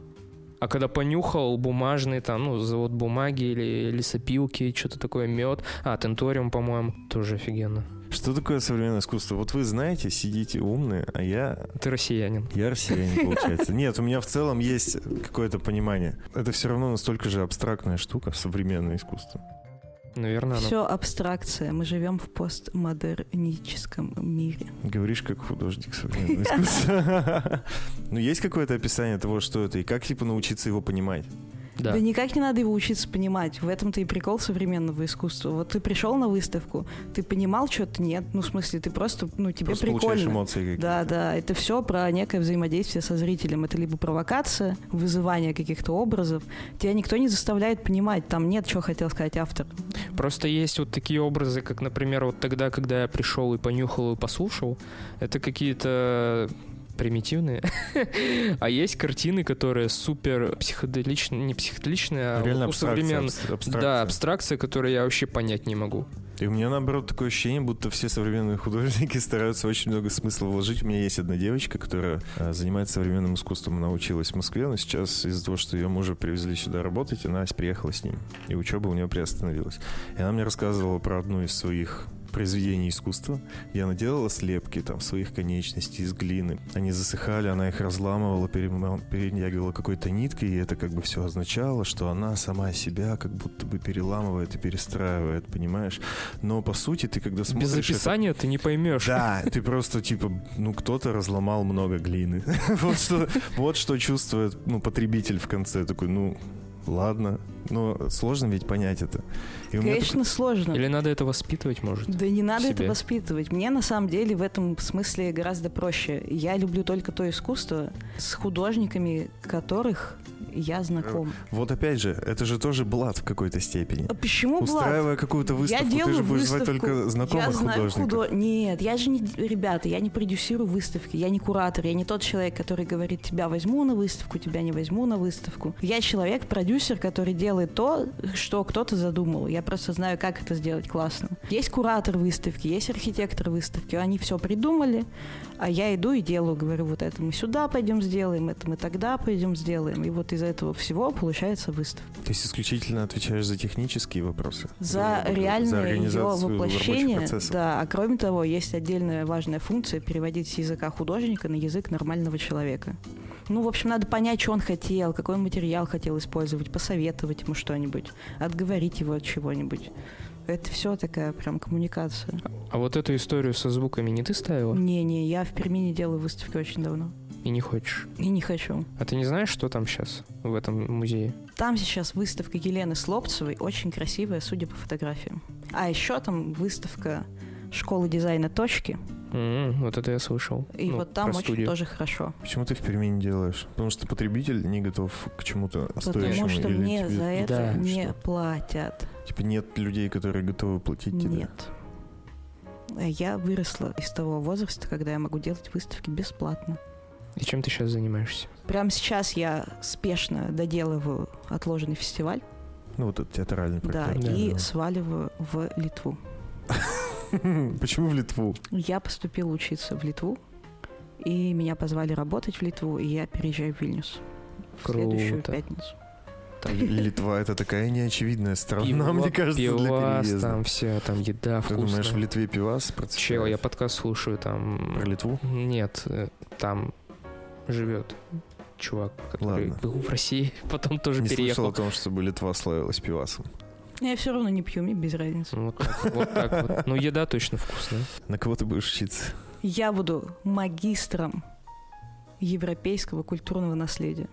А когда понюхал бумажный там, ну, завод бумаги или лесопилки, что-то такое, мед, а, тенториум, по-моему, тоже офигенно.
Что такое современное искусство? Вот вы знаете, сидите умные, а я...
Ты россиянин.
Я россиянин, получается. Нет, у меня в целом есть какое-то понимание. Это все равно настолько же абстрактная штука, современное искусство.
Наверное, ну, оно
Все абстракция. Мы живем в постмодерническом мире.
Говоришь, как художник современного искусства. Ну, есть какое-то описание того, что это, и как, типа, научиться его понимать?
Да. никак не надо его учиться понимать. В этом-то и прикол современного искусства. Вот ты пришел на выставку, ты понимал что-то? Нет. Ну, в смысле, ты просто, ну, тебе
Просто получаешь
прикольно.
эмоции какие-то.
Да, да, это все про некое взаимодействие со зрителем. Это либо провокация, вызывание каких-то образов. Тебя никто не заставляет понимать, там нет, что хотел сказать автор.
Просто есть вот такие образы, как, например, вот тогда, когда я пришел и понюхал и послушал, это какие-то примитивные. а есть картины, которые супер психоделичные, не психоделичные, а
Ну, Реально
у
абстракция.
современных.
абс- абстракция.
Да, абстракция, которую я вообще понять не могу.
И у меня, наоборот, такое ощущение, будто все современные художники стараются очень много смысла вложить. У меня есть одна девочка, которая э, занимается современным искусством, она училась в Москве, но сейчас из-за того, что ее мужа привезли сюда работать, она приехала с ним, и учеба у нее приостановилась. И она мне рассказывала про одну из своих произведений искусства. Я наделала слепки там своих конечностей из глины. Они засыхали, она их разламывала, перема- перетягивала какой-то ниткой, и это как бы все означало, что она сама себя как будто бы переламывает и перестраивает, понимаешь? Но по сути ты когда смотришь...
Без
это-
описания ты не поймешь.
да, ты просто типа, ну кто-то разломал много глины. вот, что, вот что чувствует ну, потребитель в конце. Такой, ну ладно. Но сложно ведь понять это. И у меня
Конечно, сложно.
Или надо это воспитывать, может?
Да не надо это
себе.
воспитывать. Мне на самом деле в этом смысле гораздо проще. Я люблю только то искусство, с художниками которых я знаком.
такой- Вот опять же, это же тоже блат в какой-то степени.
А почему Влад?
Устраивая какую-то выставку,
я делаю
ты же будешь звать
выставку.
только знакомых
я знаю
художников.
худо- Нет, я же не... Ребята, я не продюсирую выставки, я не куратор, я не тот человек, который говорит, тебя возьму на выставку, тебя не возьму на выставку. Я человек-продюсер, который делает то, что кто-то задумал. Я просто знаю, как это сделать классно. Есть куратор выставки, есть архитектор выставки, они все придумали, а я иду и делаю, говорю, вот это мы сюда пойдем сделаем, это мы тогда пойдем сделаем. И вот из этого всего получается выставка.
То есть исключительно отвечаешь за технические вопросы.
за
за
реальное ее
организацию рабочих
воплощение.
процессов.
Да, а кроме того, есть отдельная важная функция переводить с языка художника на язык нормального человека. Ну, в общем, надо понять, что он хотел, какой он материал хотел использовать, посоветовать ему что-нибудь, отговорить его от чего-нибудь. Это все такая прям коммуникация.
А вот эту историю со звуками не ты ставила?
Не-не, я в Перми не делаю выставки очень давно.
И не хочешь.
И не хочу.
А ты не знаешь, что там сейчас в этом музее?
Там сейчас выставка Елены Слопцевой, очень красивая, судя по фотографиям. А еще там выставка школы дизайна «Точки»,
М, М-м, вот это я слышал.
И
Ну,
вот там
про
очень
студию.
тоже хорошо.
Почему ты в Перми не делаешь? Потому что потребитель не готов к чему-то стоящему.
Потому что
или
мне
тебе-
за это
Да.
не
Что?
платят.
Типа нет людей, которые готовы платить тебе.
Нет. А Я выросла из того возраста, когда я могу делать выставки бесплатно.
И чем ты сейчас занимаешься?
Прямо сейчас я спешно доделываю отложенный фестиваль,
Ну вот этот театральный
да,
проект.
и
Да.
сваливаю в Литву.
Почему в Литву?
Я поступила учиться в Литву, и меня позвали работать в Литву, и я переезжаю в Вильнюс в следующую
Круто.
пятницу.
Литва это такая неочевидная страна,
Пиво-
мне кажется, для
пивас,
переезда.
там все, там еда
Ты
вкусная.
думаешь, в Литве пивас процветает?
Чел, я подкаст слушаю, там...
Про Литву?
Нет, э, там живет чувак, который
Ладно.
был в России, потом тоже
Не слышал
переехал.
о том, чтобы Литва славилась пивасом.
Но Я все равно не пью, мне без разницы.
Ну, Вот так, вот так вот. Ну, еда точно вкусная.
На кого ты будешь учиться?
Я буду магистром европейского культурного наследия.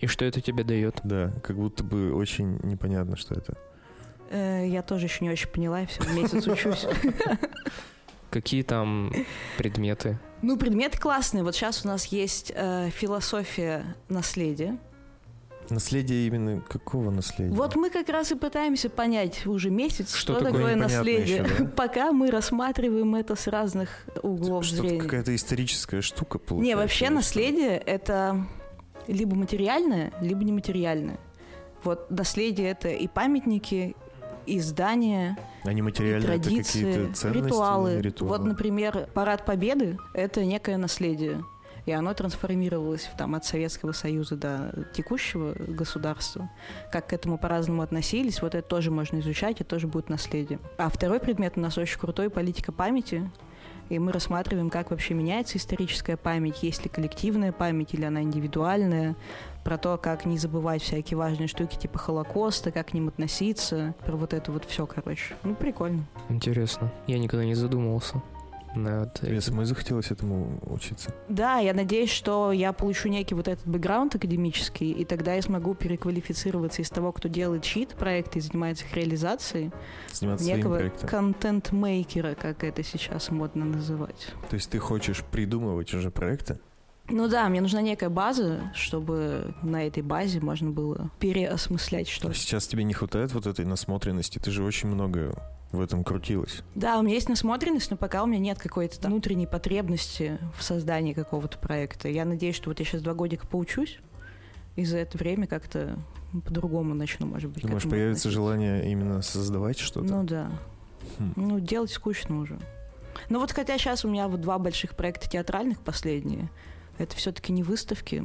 И что это тебе дает?
Да, как будто бы очень непонятно, что это.
Э, Я тоже еще не очень поняла, я всего месяц учусь.
Какие там предметы?
Ну, предметы классные. Вот сейчас у нас есть э, философия наследия.
Наследие именно какого наследия?
Вот мы как раз и пытаемся понять уже месяц,
Что
что,
такое
такое
непонятно
наследие.
ещё, да?
Пока мы рассматриваем это с разных углов
Что-то
зрения.
какая-то историческая штука получается.
Не, вообще
или
наследие это либо материальное, либо нематериальное. Вот наследие это и памятники, и здания,
что? Они
и
А материальные, это
традиции,
какие-то ценности,
ритуалы.
или ритуалы.
Вот, например, парад Победы это некое наследие. И оно трансформировалось в- там, от Советского Союза до текущего государства. Как к этому по-разному относились, вот это тоже можно изучать, это тоже будет наследие. А второй предмет у нас очень крутой — политика памяти. И мы рассматриваем, как вообще меняется историческая память, есть ли коллективная память или она индивидуальная, про то, как не забывать всякие важные штуки типа Холокоста, как к ним относиться, про вот это вот все, короче. Ну, прикольно.
Интересно. Я никогда не задумывался над
Мне
этим.
самой захотелось этому учиться.
Да, я надеюсь, что я получу некий вот этот бэкграунд академический, и тогда я смогу переквалифицироваться из того, кто делает чит проекты и занимается их реализацией,
Заниматься своим
некого
проектом.
контент-мейкера, как это сейчас модно называть.
То есть ты хочешь придумывать уже проекты?
Ну да, мне нужна некая база, чтобы на этой базе можно было переосмыслять
А
что-то.
сейчас тебе не хватает вот этой насмотренности? Ты же очень много в этом крутилась.
Да, у меня есть насмотренность, но пока у меня нет какой-то там внутренней потребности в создании какого-то проекта. Я надеюсь, что вот я сейчас два годика поучусь, и за это время как-то по-другому начну, может быть. к
Думаешь,
этому
появится
относиться.
желание именно создавать что-то?
Ну да.
Хм.
Ну, делать скучно уже. Ну вот хотя сейчас у меня вот два больших проекта театральных последние. Это все-таки не выставки.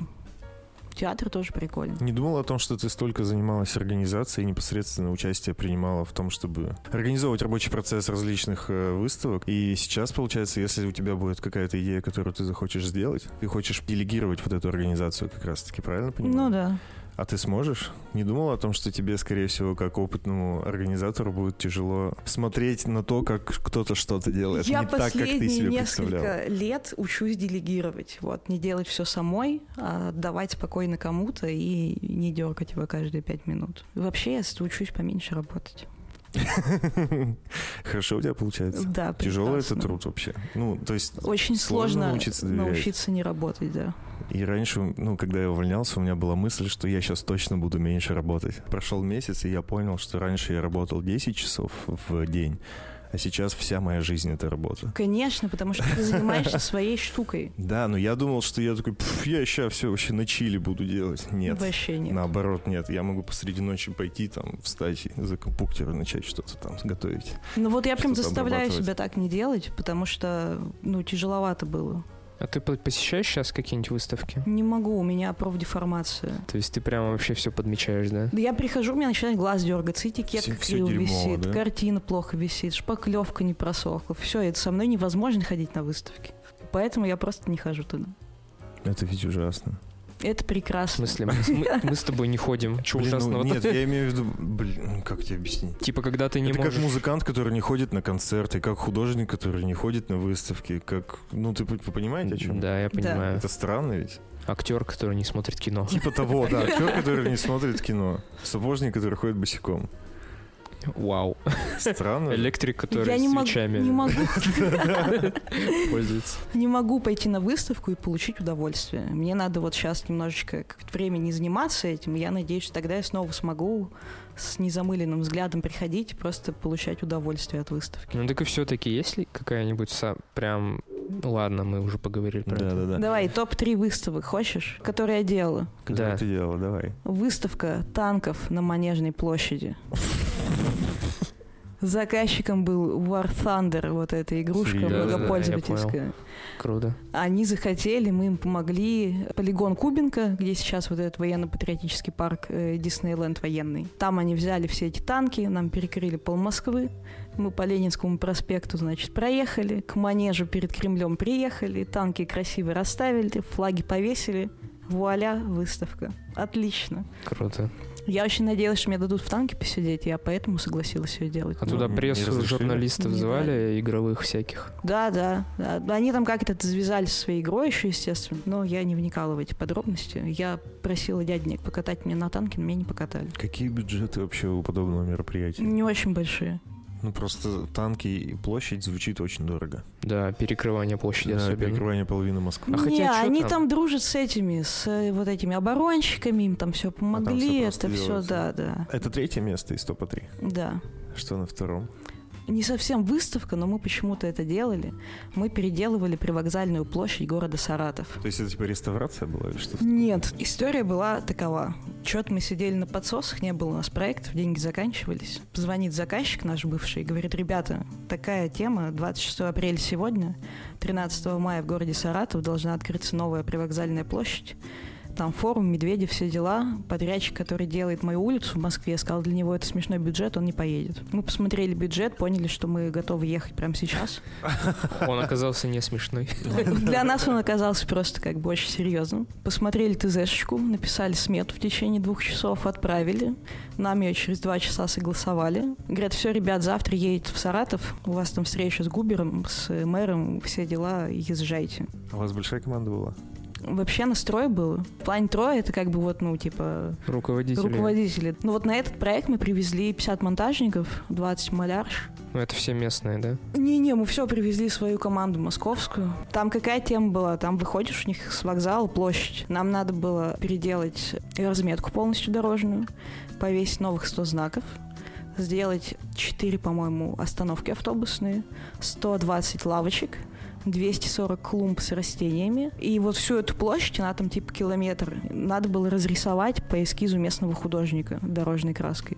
Театр тоже прикольно.
Не думала о том, что ты столько занималась организацией и непосредственно участие принимала в том, чтобы организовывать рабочий процесс различных э, выставок. И сейчас, получается, если у тебя будет какая-то идея, которую ты захочешь сделать, ты хочешь делегировать вот эту организацию как раз-таки, правильно понимаю?
Ну да.
А ты сможешь? Не думала о том, что тебе, скорее всего, как опытному организатору будет тяжело смотреть на то, как кто-то что-то делает, а
Я
не так, как ты
последние
себе представляла.
несколько лет учусь делегировать. Вот, не делать все самой, а отдавать спокойно кому-то и не дергать его каждые пять минут. Вообще я с- учусь поменьше работать.
Хорошо у тебя получается.
Да,
Тяжелый это
прекрасно.
труд вообще. Ну, то есть
Очень
Сложно
сложно,
научиться доверять.
научиться не работать, да.
И раньше, ну, когда я увольнялся, у меня была мысль, что я сейчас точно буду меньше работать. Прошел месяц, и я понял, что раньше я работал 10 часов в день, а сейчас вся моя жизнь — это работа.
Конечно, потому что ты занимаешься своей штукой.
Да, но я думал, что я такой, «Пф, я сейчас все вообще на чили буду делать. Нет.
Вообще нет.
Наоборот, нет. Я могу посреди ночи пойти, там, встать и за компьютер и начать что-то там готовить.
Ну вот я прям
что-то
заставляю
обрабатывать.
себя так не делать, потому что, ну, тяжеловато было.
А ты по- посещаешь сейчас какие-нибудь выставки?
Не могу, у меня профдеформация.
То есть ты прямо вообще все подмечаешь, да?
Да я прихожу, у меня начинает глаз дергаться,
Всё-
этикетка
всё
криво
дерьмово,
висит,
да?
картина плохо висит, шпаклевка не просохла. Все, это со мной невозможно ходить на выставки. Поэтому я просто не хожу туда.
Это ведь ужасно.
Это
В
прекрасно.
смысле, мы, мы- мы с тобой не ходим. Че
Блин, ну,
ужасного-то?
нет, я имею в виду... Блин, ну, как тебе объяснить?
Типа, когда ты не
это
можешь...
как музыкант, который не ходит на концерты, как художник, который не ходит на выставки, как... Ну, ты п- вы понимаете, о чем?
Да, я понимаю.
Это странно ведь.
Актер, который не смотрит кино.
Типа того, да. Актер, который не смотрит кино. Сапожник, который ходит босиком.
Вау.
Странно. же.
Электрик, который
я
с
не могу,
свечами
не могу,
пользуется.
не могу пойти на выставку и получить удовольствие. Мне надо вот сейчас немножечко как-то времени заниматься этим. Я надеюсь, что тогда я снова смогу с незамыленным взглядом приходить и просто получать удовольствие от выставки.
Ну так и все-таки есть ли какая-нибудь са- прям... ну, Ладно, мы уже поговорили про это.
Да-да-да.
Давай, топ-3 выставок хочешь, которые я делала?
Что
Да.
ты делала? Давай.
Выставка танков на Манежной площади. Заказчиком был War Thunder, вот эта игрушка
Серьезно?
Да-да-да,
многопользовательская.
Круто.
Они захотели, мы им помогли. Полигон Кубинка, где сейчас вот этот военно-патриотический парк э, Диснейленд военный. Там они взяли все эти танки, нам перекрыли пол Москвы. Мы по Ленинскому проспекту, значит, проехали, к манежу перед Кремлем приехали, танки красиво расставили, флаги повесили. Вуаля, выставка. Отлично.
Круто.
Я очень надеялась, что меня дадут в танке посидеть, я поэтому согласилась ее делать.
А
Ну,
туда
не
прессу
разрешили?
журналистов
Не
звали, игровых всяких.
Да, да, да. Они там как-то это связались со своей игрой еще, естественно. Но я не вникала в эти подробности. Я просила дяденек покатать меня на танке, но меня не покатали.
Какие бюджеты вообще у подобного мероприятия?
Не очень большие.
Ну, просто танки и площадь звучит очень дорого.
Да, перекрывание площади
Да,
особенно.
перекрывание половины Москвы.
А хотя
не,
чё
они
там?
там? дружат с этими, с э, вот этими оборонщиками, им там
А
все помогли,
просто
это все,
делается.
да, да,
Это третье место из топа 3.
да.
Что на втором?
Не совсем выставка, но мы почему-то это делали. Мы переделывали привокзальную площадь города Саратов.
То есть это типа реставрация была или что?
Нет, история была такова. Чет мы сидели на подсосах, не было у нас проектов, деньги заканчивались. Позвонит заказчик наш бывший и говорит, ребята, такая тема, 26 апреля сегодня, 13 мая в городе Саратов должна открыться новая привокзальная площадь. Там форум, Медведев, все дела. Подрядчик, который делает мою улицу в Москве, сказал, для него это смешной бюджет, он не поедет. Мы посмотрели бюджет, поняли, что мы готовы ехать прямо сейчас.
Он оказался не смешной.
Для нас он оказался просто как бы очень серьезным. Посмотрели ТЗшечку, написали смету в течение двух часов, отправили. Нам ее через два часа согласовали. Говорят, все, ребят, завтра едете в Саратов, у вас там встреча с Губером, с э, мэром, все дела, езжайте.
А У вас большая команда была?
Вообще настрой был. В плане троя это как бы вот, ну, типа,
Руководитель.
руководители. Ну вот на этот проект мы привезли 50 монтажников, 20 малярш.
Ну, это все местные, да?
Не-не, мы все привезли свою команду московскую. Там какая тема была? Там выходишь у них с вокзала площадь. Нам надо было переделать разметку полностью дорожную, повесить новых 100 знаков, сделать 4, по-моему, остановки автобусные, 120 лавочек, 240 клумб с растениями. И вот всю эту площадь, она там типа километр, надо было разрисовать по эскизу местного художника дорожной краской.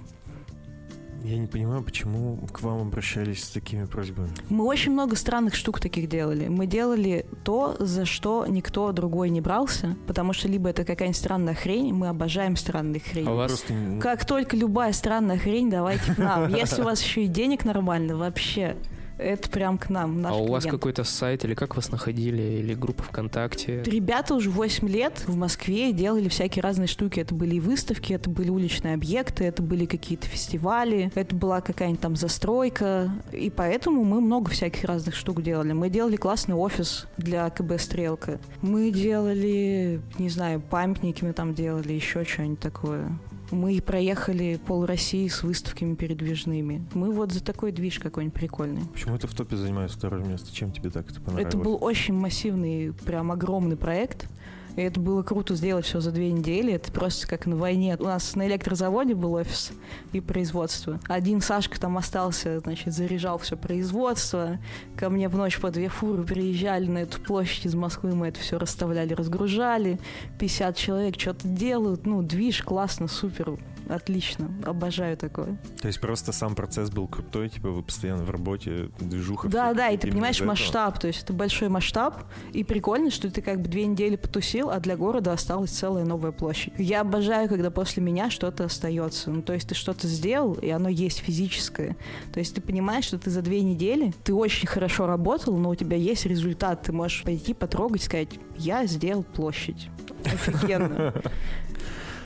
Я не понимаю, почему к вам обращались с такими просьбами.
Мы очень много странных штук таких делали. Мы делали то, за что никто другой не брался, потому что либо это какая-нибудь странная хрень, мы обожаем странные
А у
хрень.
вас-
Просто не-
Как только любая странная хрень, давайте к нам. Если у вас еще и денег нормально, вообще, это прям к нам. наш
а у вас
клиент.
какой-то сайт, или как вас находили, или группа ВКонтакте?
Ребята уже 8 лет в Москве делали всякие разные штуки. Это были и выставки, это были уличные объекты, это были какие-то фестивали, это была какая-нибудь там застройка. И поэтому мы много всяких разных штук делали. Мы делали классный офис для КБ «Стрелка». Мы делали, не знаю, памятники мы там делали, еще что-нибудь такое. Мы проехали пол России с выставками передвижными. Мы вот за такой движ какой-нибудь прикольный.
Почему это в топе занимает второе место? Чем тебе так это понравилось?
Это был очень массивный, прям огромный проект. И это было круто сделать все за две недели. Это просто как на войне. У нас на электрозаводе был офис и производство. Один Сашка там остался, значит, заряжал все производство. Ко мне в ночь по две фуры приезжали на эту площадь из Москвы. Мы это все расставляли, разгружали. 50 человек что-то делают. Ну, движ, классно, супер, отлично. Обожаю такое.
То есть просто сам процесс был крутой, типа вы постоянно в работе, движуха.
Да,
всё.
да, и ты
Именно
понимаешь
из-за этого?
масштаб, то есть это большой масштаб, и прикольно, что ты как бы две недели потусил, а для города осталась целая новая площадь. Я обожаю, когда после меня что-то остается, ну то есть ты что-то сделал, и оно есть физическое, то есть ты понимаешь, что ты за две недели, ты очень хорошо работал, но у тебя есть результат, ты можешь пойти потрогать, сказать, я сделал площадь. Офигенно.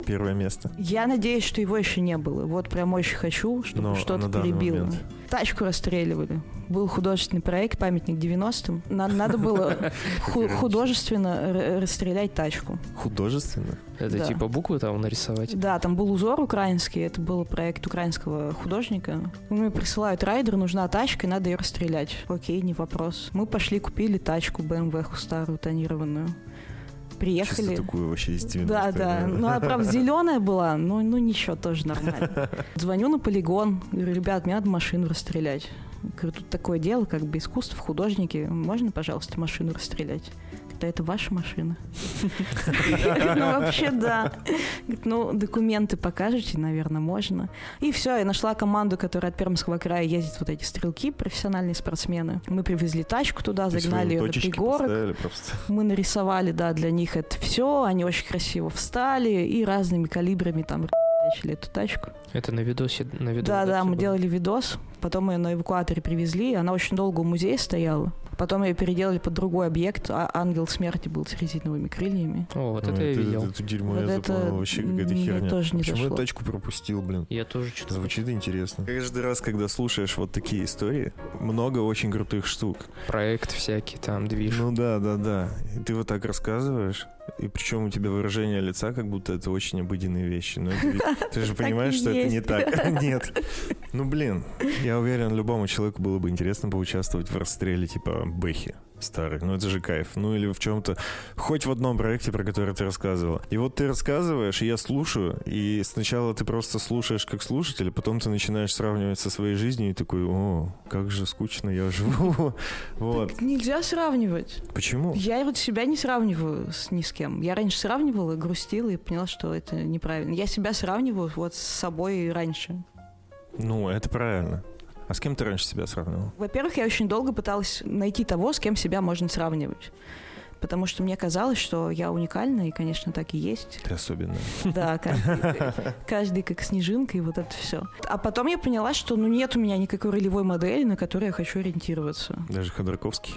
Первое место.
Я надеюсь, что его еще не было. Вот прям очень хочу, чтобы
Но на
что-то
данный
перебило.
момент.
Тачку расстреливали. Был художественный проект «Памятник 90-м». На- Надо было ху-
иронично.
художественно р- расстрелять тачку.
Художественно?
Это
Да.
типа буквы там нарисовать?
Да, там был узор украинский, это был проект украинского художника. Мне присылают райдер, нужна тачка, и надо ее расстрелять. Окей, не вопрос. Мы пошли, купили тачку BMW старую тонированную.
Чисто
Приехали.
такую вообще из 90-х.
Да, да. Ну, она, правда, зеленая была, но ну ничего, тоже нормально. Звоню на полигон, говорю, ребят, мне надо машину расстрелять. Говорю, тут такое дело, как бы искусство, художники, можно, пожалуйста, машину расстрелять? Говорит, «Да это ваша машина. Ну, вообще, да. Говорит, ну, документы покажете, наверное, можно. И все, я нашла команду, которая от Пермского края ездит, вот эти стрелки, профессиональные спортсмены. Мы привезли тачку туда,
То есть вы
загнали ее на
точечки
пригорок.
поставили просто.
Мы нарисовали, да, для них это все. Они очень красиво встали и разными калибрами там р***чили эту тачку.
Это на видосе, на видосе.
Да, да,
всё
мы
было?
делали видос. Потом ее на эвакуаторе привезли. Она очень долго у музея стояла. Потом ее переделали под другой объект. А ангел смерти был с резиновыми крыльями.
О, вот
Ой,
Ну, это я
ты-
видел.
Это дерьмо
Вот
я
это
запомнил. Вообще какая-то
мне
херня.
тоже не
Почему я
зашло.
тачку пропустил, блин?
Я тоже что-то...
Звучит интересно. Каждый раз, когда слушаешь вот такие истории, много очень крутых штук.
Проект всякий там, движ.
Ну да, да, да. И ты вот так рассказываешь, И причем у тебя выражение лица, как будто это очень обыденные вещи. Но это ведь- ты же
Так и
понимаешь, что это не
есть.
так. Нет. Ну, блин, я уверен, любому человеку было бы интересно поучаствовать в расстреле типа Бэхи старый. Ну, это же кайф. Ну, или в чем-то... Хоть в одном проекте, про который ты рассказывала. И вот ты рассказываешь, и я слушаю, и сначала ты просто слушаешь как слушатель, а потом ты начинаешь сравнивать со своей жизнью и такой, о, как же скучно я живу. Вот.
Так нельзя сравнивать.
Почему?
Я вот себя не сравниваю с ни с кем. Я раньше сравнивала, грустила и поняла, что это неправильно. Я себя сравниваю вот с собой раньше.
Ну, это правильно. А с кем ты раньше себя сравнивал?
Во-первых, я очень долго пыталась найти того, с кем себя можно сравнивать. Потому что мне казалось, что я уникальна, и, конечно, так и есть.
Ты особенная.
Да, каждый, каждый как снежинка, и вот это все. А потом я поняла, что ну нет у меня никакой ролевой модели, на которую я хочу ориентироваться.
Даже Ходорковский.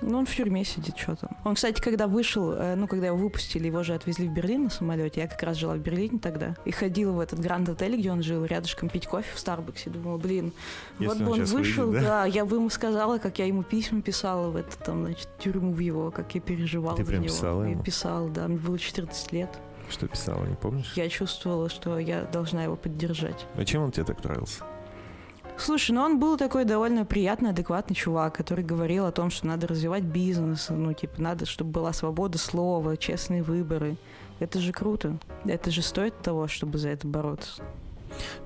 Ну, он в тюрьме сидит, что там. Он, кстати, когда вышел, э, ну, когда его выпустили, его же отвезли в Берлин на самолете. Я как раз жила в Берлине тогда. И ходила в этот гранд-отель, где он жил, рядышком пить кофе в Старбаксе. Думала, блин,
Если
вот
он
бы он
щас
вышел,
выйдет, да?
да? я бы ему сказала, как я ему письма писала в эту, там, значит, тюрьму в его, как я переживала
Ты
за
прям
него.
писала
Я
ему?
писала, да, мне было 14 лет.
Что писала, не помнишь?
Я чувствовала, что я должна его поддержать.
А чем он тебе так нравился?
Слушай, ну он был такой довольно приятный, адекватный чувак, который говорил о том, что надо развивать бизнес, ну, типа, надо, чтобы была свобода слова, честные выборы. Это же круто. Это же стоит того, чтобы за это бороться.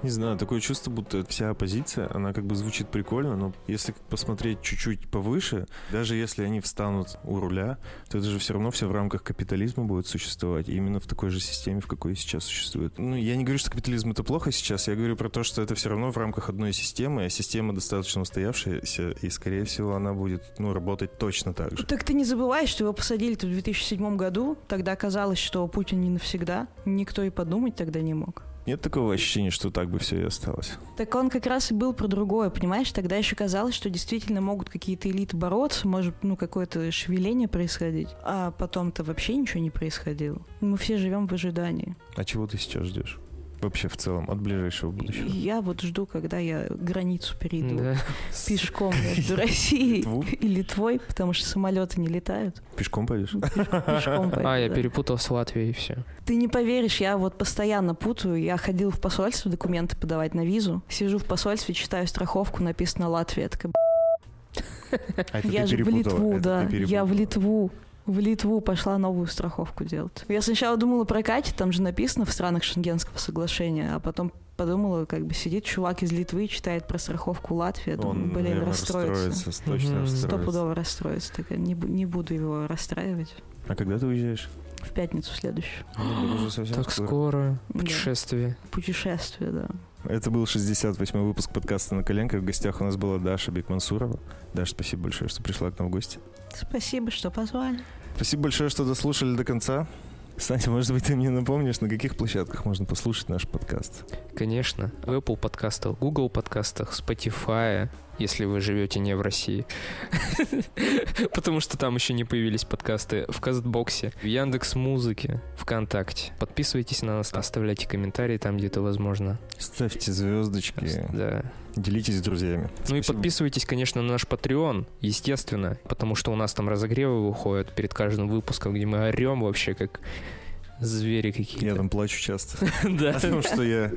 Не знаю, такое чувство, будто вся оппозиция, она как бы звучит прикольно, но если посмотреть чуть-чуть повыше, даже если они встанут у руля, то это же все равно все в рамках капитализма будет существовать, именно в такой же системе, в какой и сейчас существует. Ну, я не говорю, что капитализм это плохо сейчас, я говорю про то, что это все равно в рамках одной системы, а система достаточно устоявшаяся, и, скорее всего, она будет, ну, работать точно так же.
Так ты не забывай, что его посадили-то в 2007 году. Тогда казалось, что Путин не навсегда. Никто и подумать тогда не мог.
Нет такого ощущения, что так бы все и осталось.
Так он как раз и был про другое, понимаешь? Тогда еще казалось, что действительно могут какие-то элиты бороться, может, ну, какое-то шевеление происходить. А потом-то вообще ничего не происходило. Мы все живем в ожидании.
А чего ты сейчас ждешь? Вообще в целом, от ближайшего
И
будущего.
Я вот жду, когда я границу перейду
Ну Да.
пешком между Россией
Литву?
и Литвой, потому что самолеты не летают.
Пешком пойдешь?
Пешком пойду,
А, я
да.
перепутал с Латвией и все.
Ты не поверишь, я вот постоянно путаю. Я ходила в посольство документы подавать на визу. Сижу в посольстве, читаю страховку, написано Латвия. Я такая,
А это
я
ты
же в
перепутала,
Литву,
это ты
да. Я
перепутала.
в Литву. В Литву пошла новую страховку делать. Я сначала думала про Катю, там же написано в странах Шенгенского соглашения, а потом подумала, как бы сидит чувак из Литвы, читает про страховку Латвии, я думаю,
Он,
блин,
наверное,
расстроится.
расстроится, точно
Мгм.
расстроится.
Стопудово расстроится. Такая, не, бу- не буду его расстраивать.
А когда ты уезжаешь?
В пятницу следующую.
Ну, уже совсем
Так скоро.
Да.
Путешествие.
Путешествие, да.
Это был 68-й выпуск подкаста «На коленках». В гостях у нас была Даша Бекмансурова. Даша, спасибо большое, что пришла к нам в гости.
Спасибо, что позвали.
Спасибо большое, что дослушали до конца. Кстати, может быть, ты мне напомнишь, на каких площадках можно послушать наш подкаст?
Конечно. В Apple подкастах, Google подкастах, Spotify, если вы живете не в России. Потому что там еще не появились подкасты. В Кастбоксе, в Яндекс Музыке, ВКонтакте. Подписывайтесь на нас, оставляйте комментарии там, где это возможно.
Ставьте звездочки,
Да.
делитесь с друзьями.
Ну и
Спасибо.
подписывайтесь, конечно, на наш Patreon, естественно, потому что у нас там разогревы выходят перед каждым выпуском, где мы орем вообще как звери
Я
какие-то.
там плачу часто.
Да.
Потому что я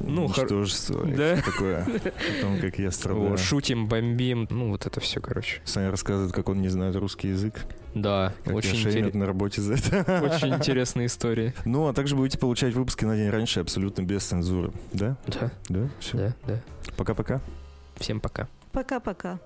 Ну, хор-
ничтожество и
Да.
всё такое. О том, как я страдаю.
Вот, шутим, бомбим, ну вот это все, короче.
Саня рассказывает, как он не знает русский язык.
Да,
Как
очень,
меня шеймят
интерес-
на работе за это.
очень интересная история.
Ну, а также будете получать выпуски на день раньше абсолютно без цензуры. Да?
Да,
Да? Все.
да, да.
Пока-пока.
Всем пока.
Пока-пока.